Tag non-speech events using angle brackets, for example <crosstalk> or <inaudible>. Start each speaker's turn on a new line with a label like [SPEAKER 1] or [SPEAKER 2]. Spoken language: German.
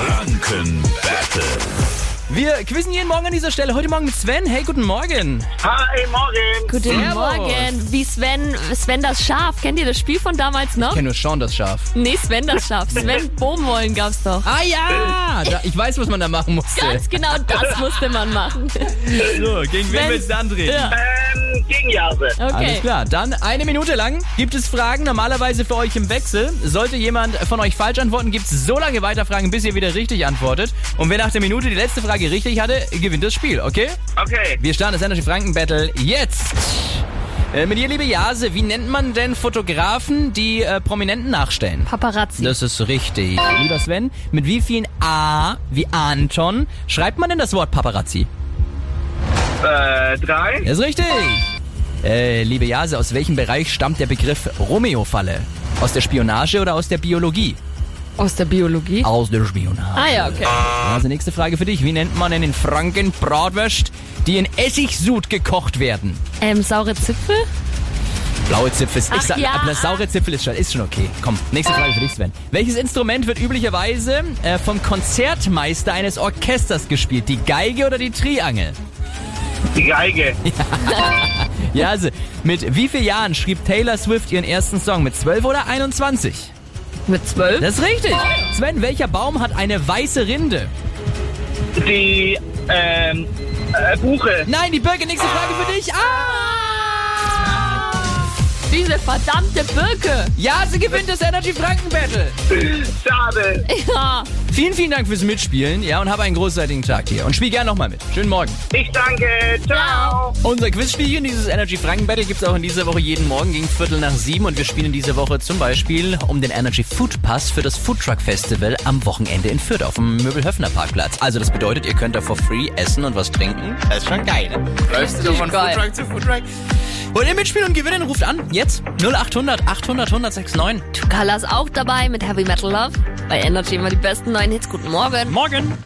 [SPEAKER 1] Franken Battle.
[SPEAKER 2] Wir quizzen jeden Morgen an dieser Stelle. Heute Morgen mit Sven. Hey, guten Morgen.
[SPEAKER 3] Hi, morgen.
[SPEAKER 4] Guten
[SPEAKER 2] Servus.
[SPEAKER 4] Morgen. Wie Sven, Sven das Schaf. Kennt ihr das Spiel von damals noch?
[SPEAKER 2] Ich kenne nur Sean das Schaf.
[SPEAKER 4] Nee, Sven das Schaf. Sven Bohmwollen gab's doch.
[SPEAKER 2] Ah ja! Da, ich weiß, was man da machen musste.
[SPEAKER 4] Ganz genau das musste man machen.
[SPEAKER 2] So, gegen wen
[SPEAKER 4] Sven.
[SPEAKER 2] willst du antreten?
[SPEAKER 4] Ja.
[SPEAKER 3] Ähm, Gegenjahre.
[SPEAKER 2] Alles
[SPEAKER 4] Okay.
[SPEAKER 2] klar, dann eine Minute lang gibt es Fragen, normalerweise für euch im Wechsel. Sollte jemand von euch falsch antworten, gibt es so lange weiter Fragen, bis ihr wieder richtig antwortet. Und wer nach der Minute die letzte Frage richtig hatte, gewinnt das Spiel, okay?
[SPEAKER 3] Okay.
[SPEAKER 2] Wir starten das Energy Franken Battle jetzt. Äh, mit dir, liebe Jase, wie nennt man denn Fotografen, die äh, Prominenten nachstellen?
[SPEAKER 4] Paparazzi.
[SPEAKER 2] Das ist richtig. Lieber Sven, mit wie vielen A wie Anton schreibt man denn das Wort Paparazzi?
[SPEAKER 3] Äh, drei.
[SPEAKER 2] Das ist richtig. Äh, liebe Jase, aus welchem Bereich stammt der Begriff Romeo-Falle? Aus der Spionage oder aus der Biologie?
[SPEAKER 4] Aus der Biologie.
[SPEAKER 2] Aus der Spionage.
[SPEAKER 4] Ah ja, okay.
[SPEAKER 2] Also nächste Frage für dich. Wie nennt man denn in Franken Bratwürst, die in Essigsud gekocht werden?
[SPEAKER 4] Ähm, saure Zipfel?
[SPEAKER 2] Blaue Zipfel ist, ich
[SPEAKER 4] Ach
[SPEAKER 2] sag,
[SPEAKER 4] ja.
[SPEAKER 2] aber das saure Zipfel ist schon, ist schon okay. Komm, nächste Frage für dich, Sven. Welches Instrument wird üblicherweise äh, vom Konzertmeister eines Orchesters gespielt? Die Geige oder die Triangel?
[SPEAKER 3] Die Geige.
[SPEAKER 2] Ja, also, mit wie vielen Jahren schrieb Taylor Swift ihren ersten Song? Mit 12 oder 21?
[SPEAKER 4] Mit zwölf?
[SPEAKER 2] Das ist richtig. Sven, welcher Baum hat eine weiße Rinde?
[SPEAKER 3] Die, ähm, äh, Buche.
[SPEAKER 2] Nein, die Birke, nächste Frage für dich. Ah!
[SPEAKER 4] Diese verdammte Birke. <laughs>
[SPEAKER 2] Ja, sie gewinnt das Energy Franken Battle.
[SPEAKER 3] Schade.
[SPEAKER 4] Ja.
[SPEAKER 2] Vielen, vielen Dank fürs Mitspielen, ja, und hab einen großartigen Tag hier. Und spiel gern nochmal mit. Schönen Morgen.
[SPEAKER 3] Ich danke. Ciao.
[SPEAKER 2] Unser Quizspielchen, dieses Energy Franken Battle, gibt's auch in dieser Woche jeden Morgen gegen Viertel nach sieben. Und wir spielen diese Woche zum Beispiel um den Energy Food Pass für das Food Truck Festival am Wochenende in Fürth auf dem Möbelhöfner Parkplatz. Also das bedeutet, ihr könnt da for free essen und was trinken. Das ist schon geil. Läufst du von
[SPEAKER 4] geil.
[SPEAKER 2] Foodtruck zu Foodtruck. Wollt ihr mitspielen und gewinnen? Ruft an. Jetzt 0800 800 1069.
[SPEAKER 4] Tukalas auch dabei mit Heavy Metal Love. Bei Energy immer die besten neuen Hits. Guten Morgen.
[SPEAKER 2] Morgen.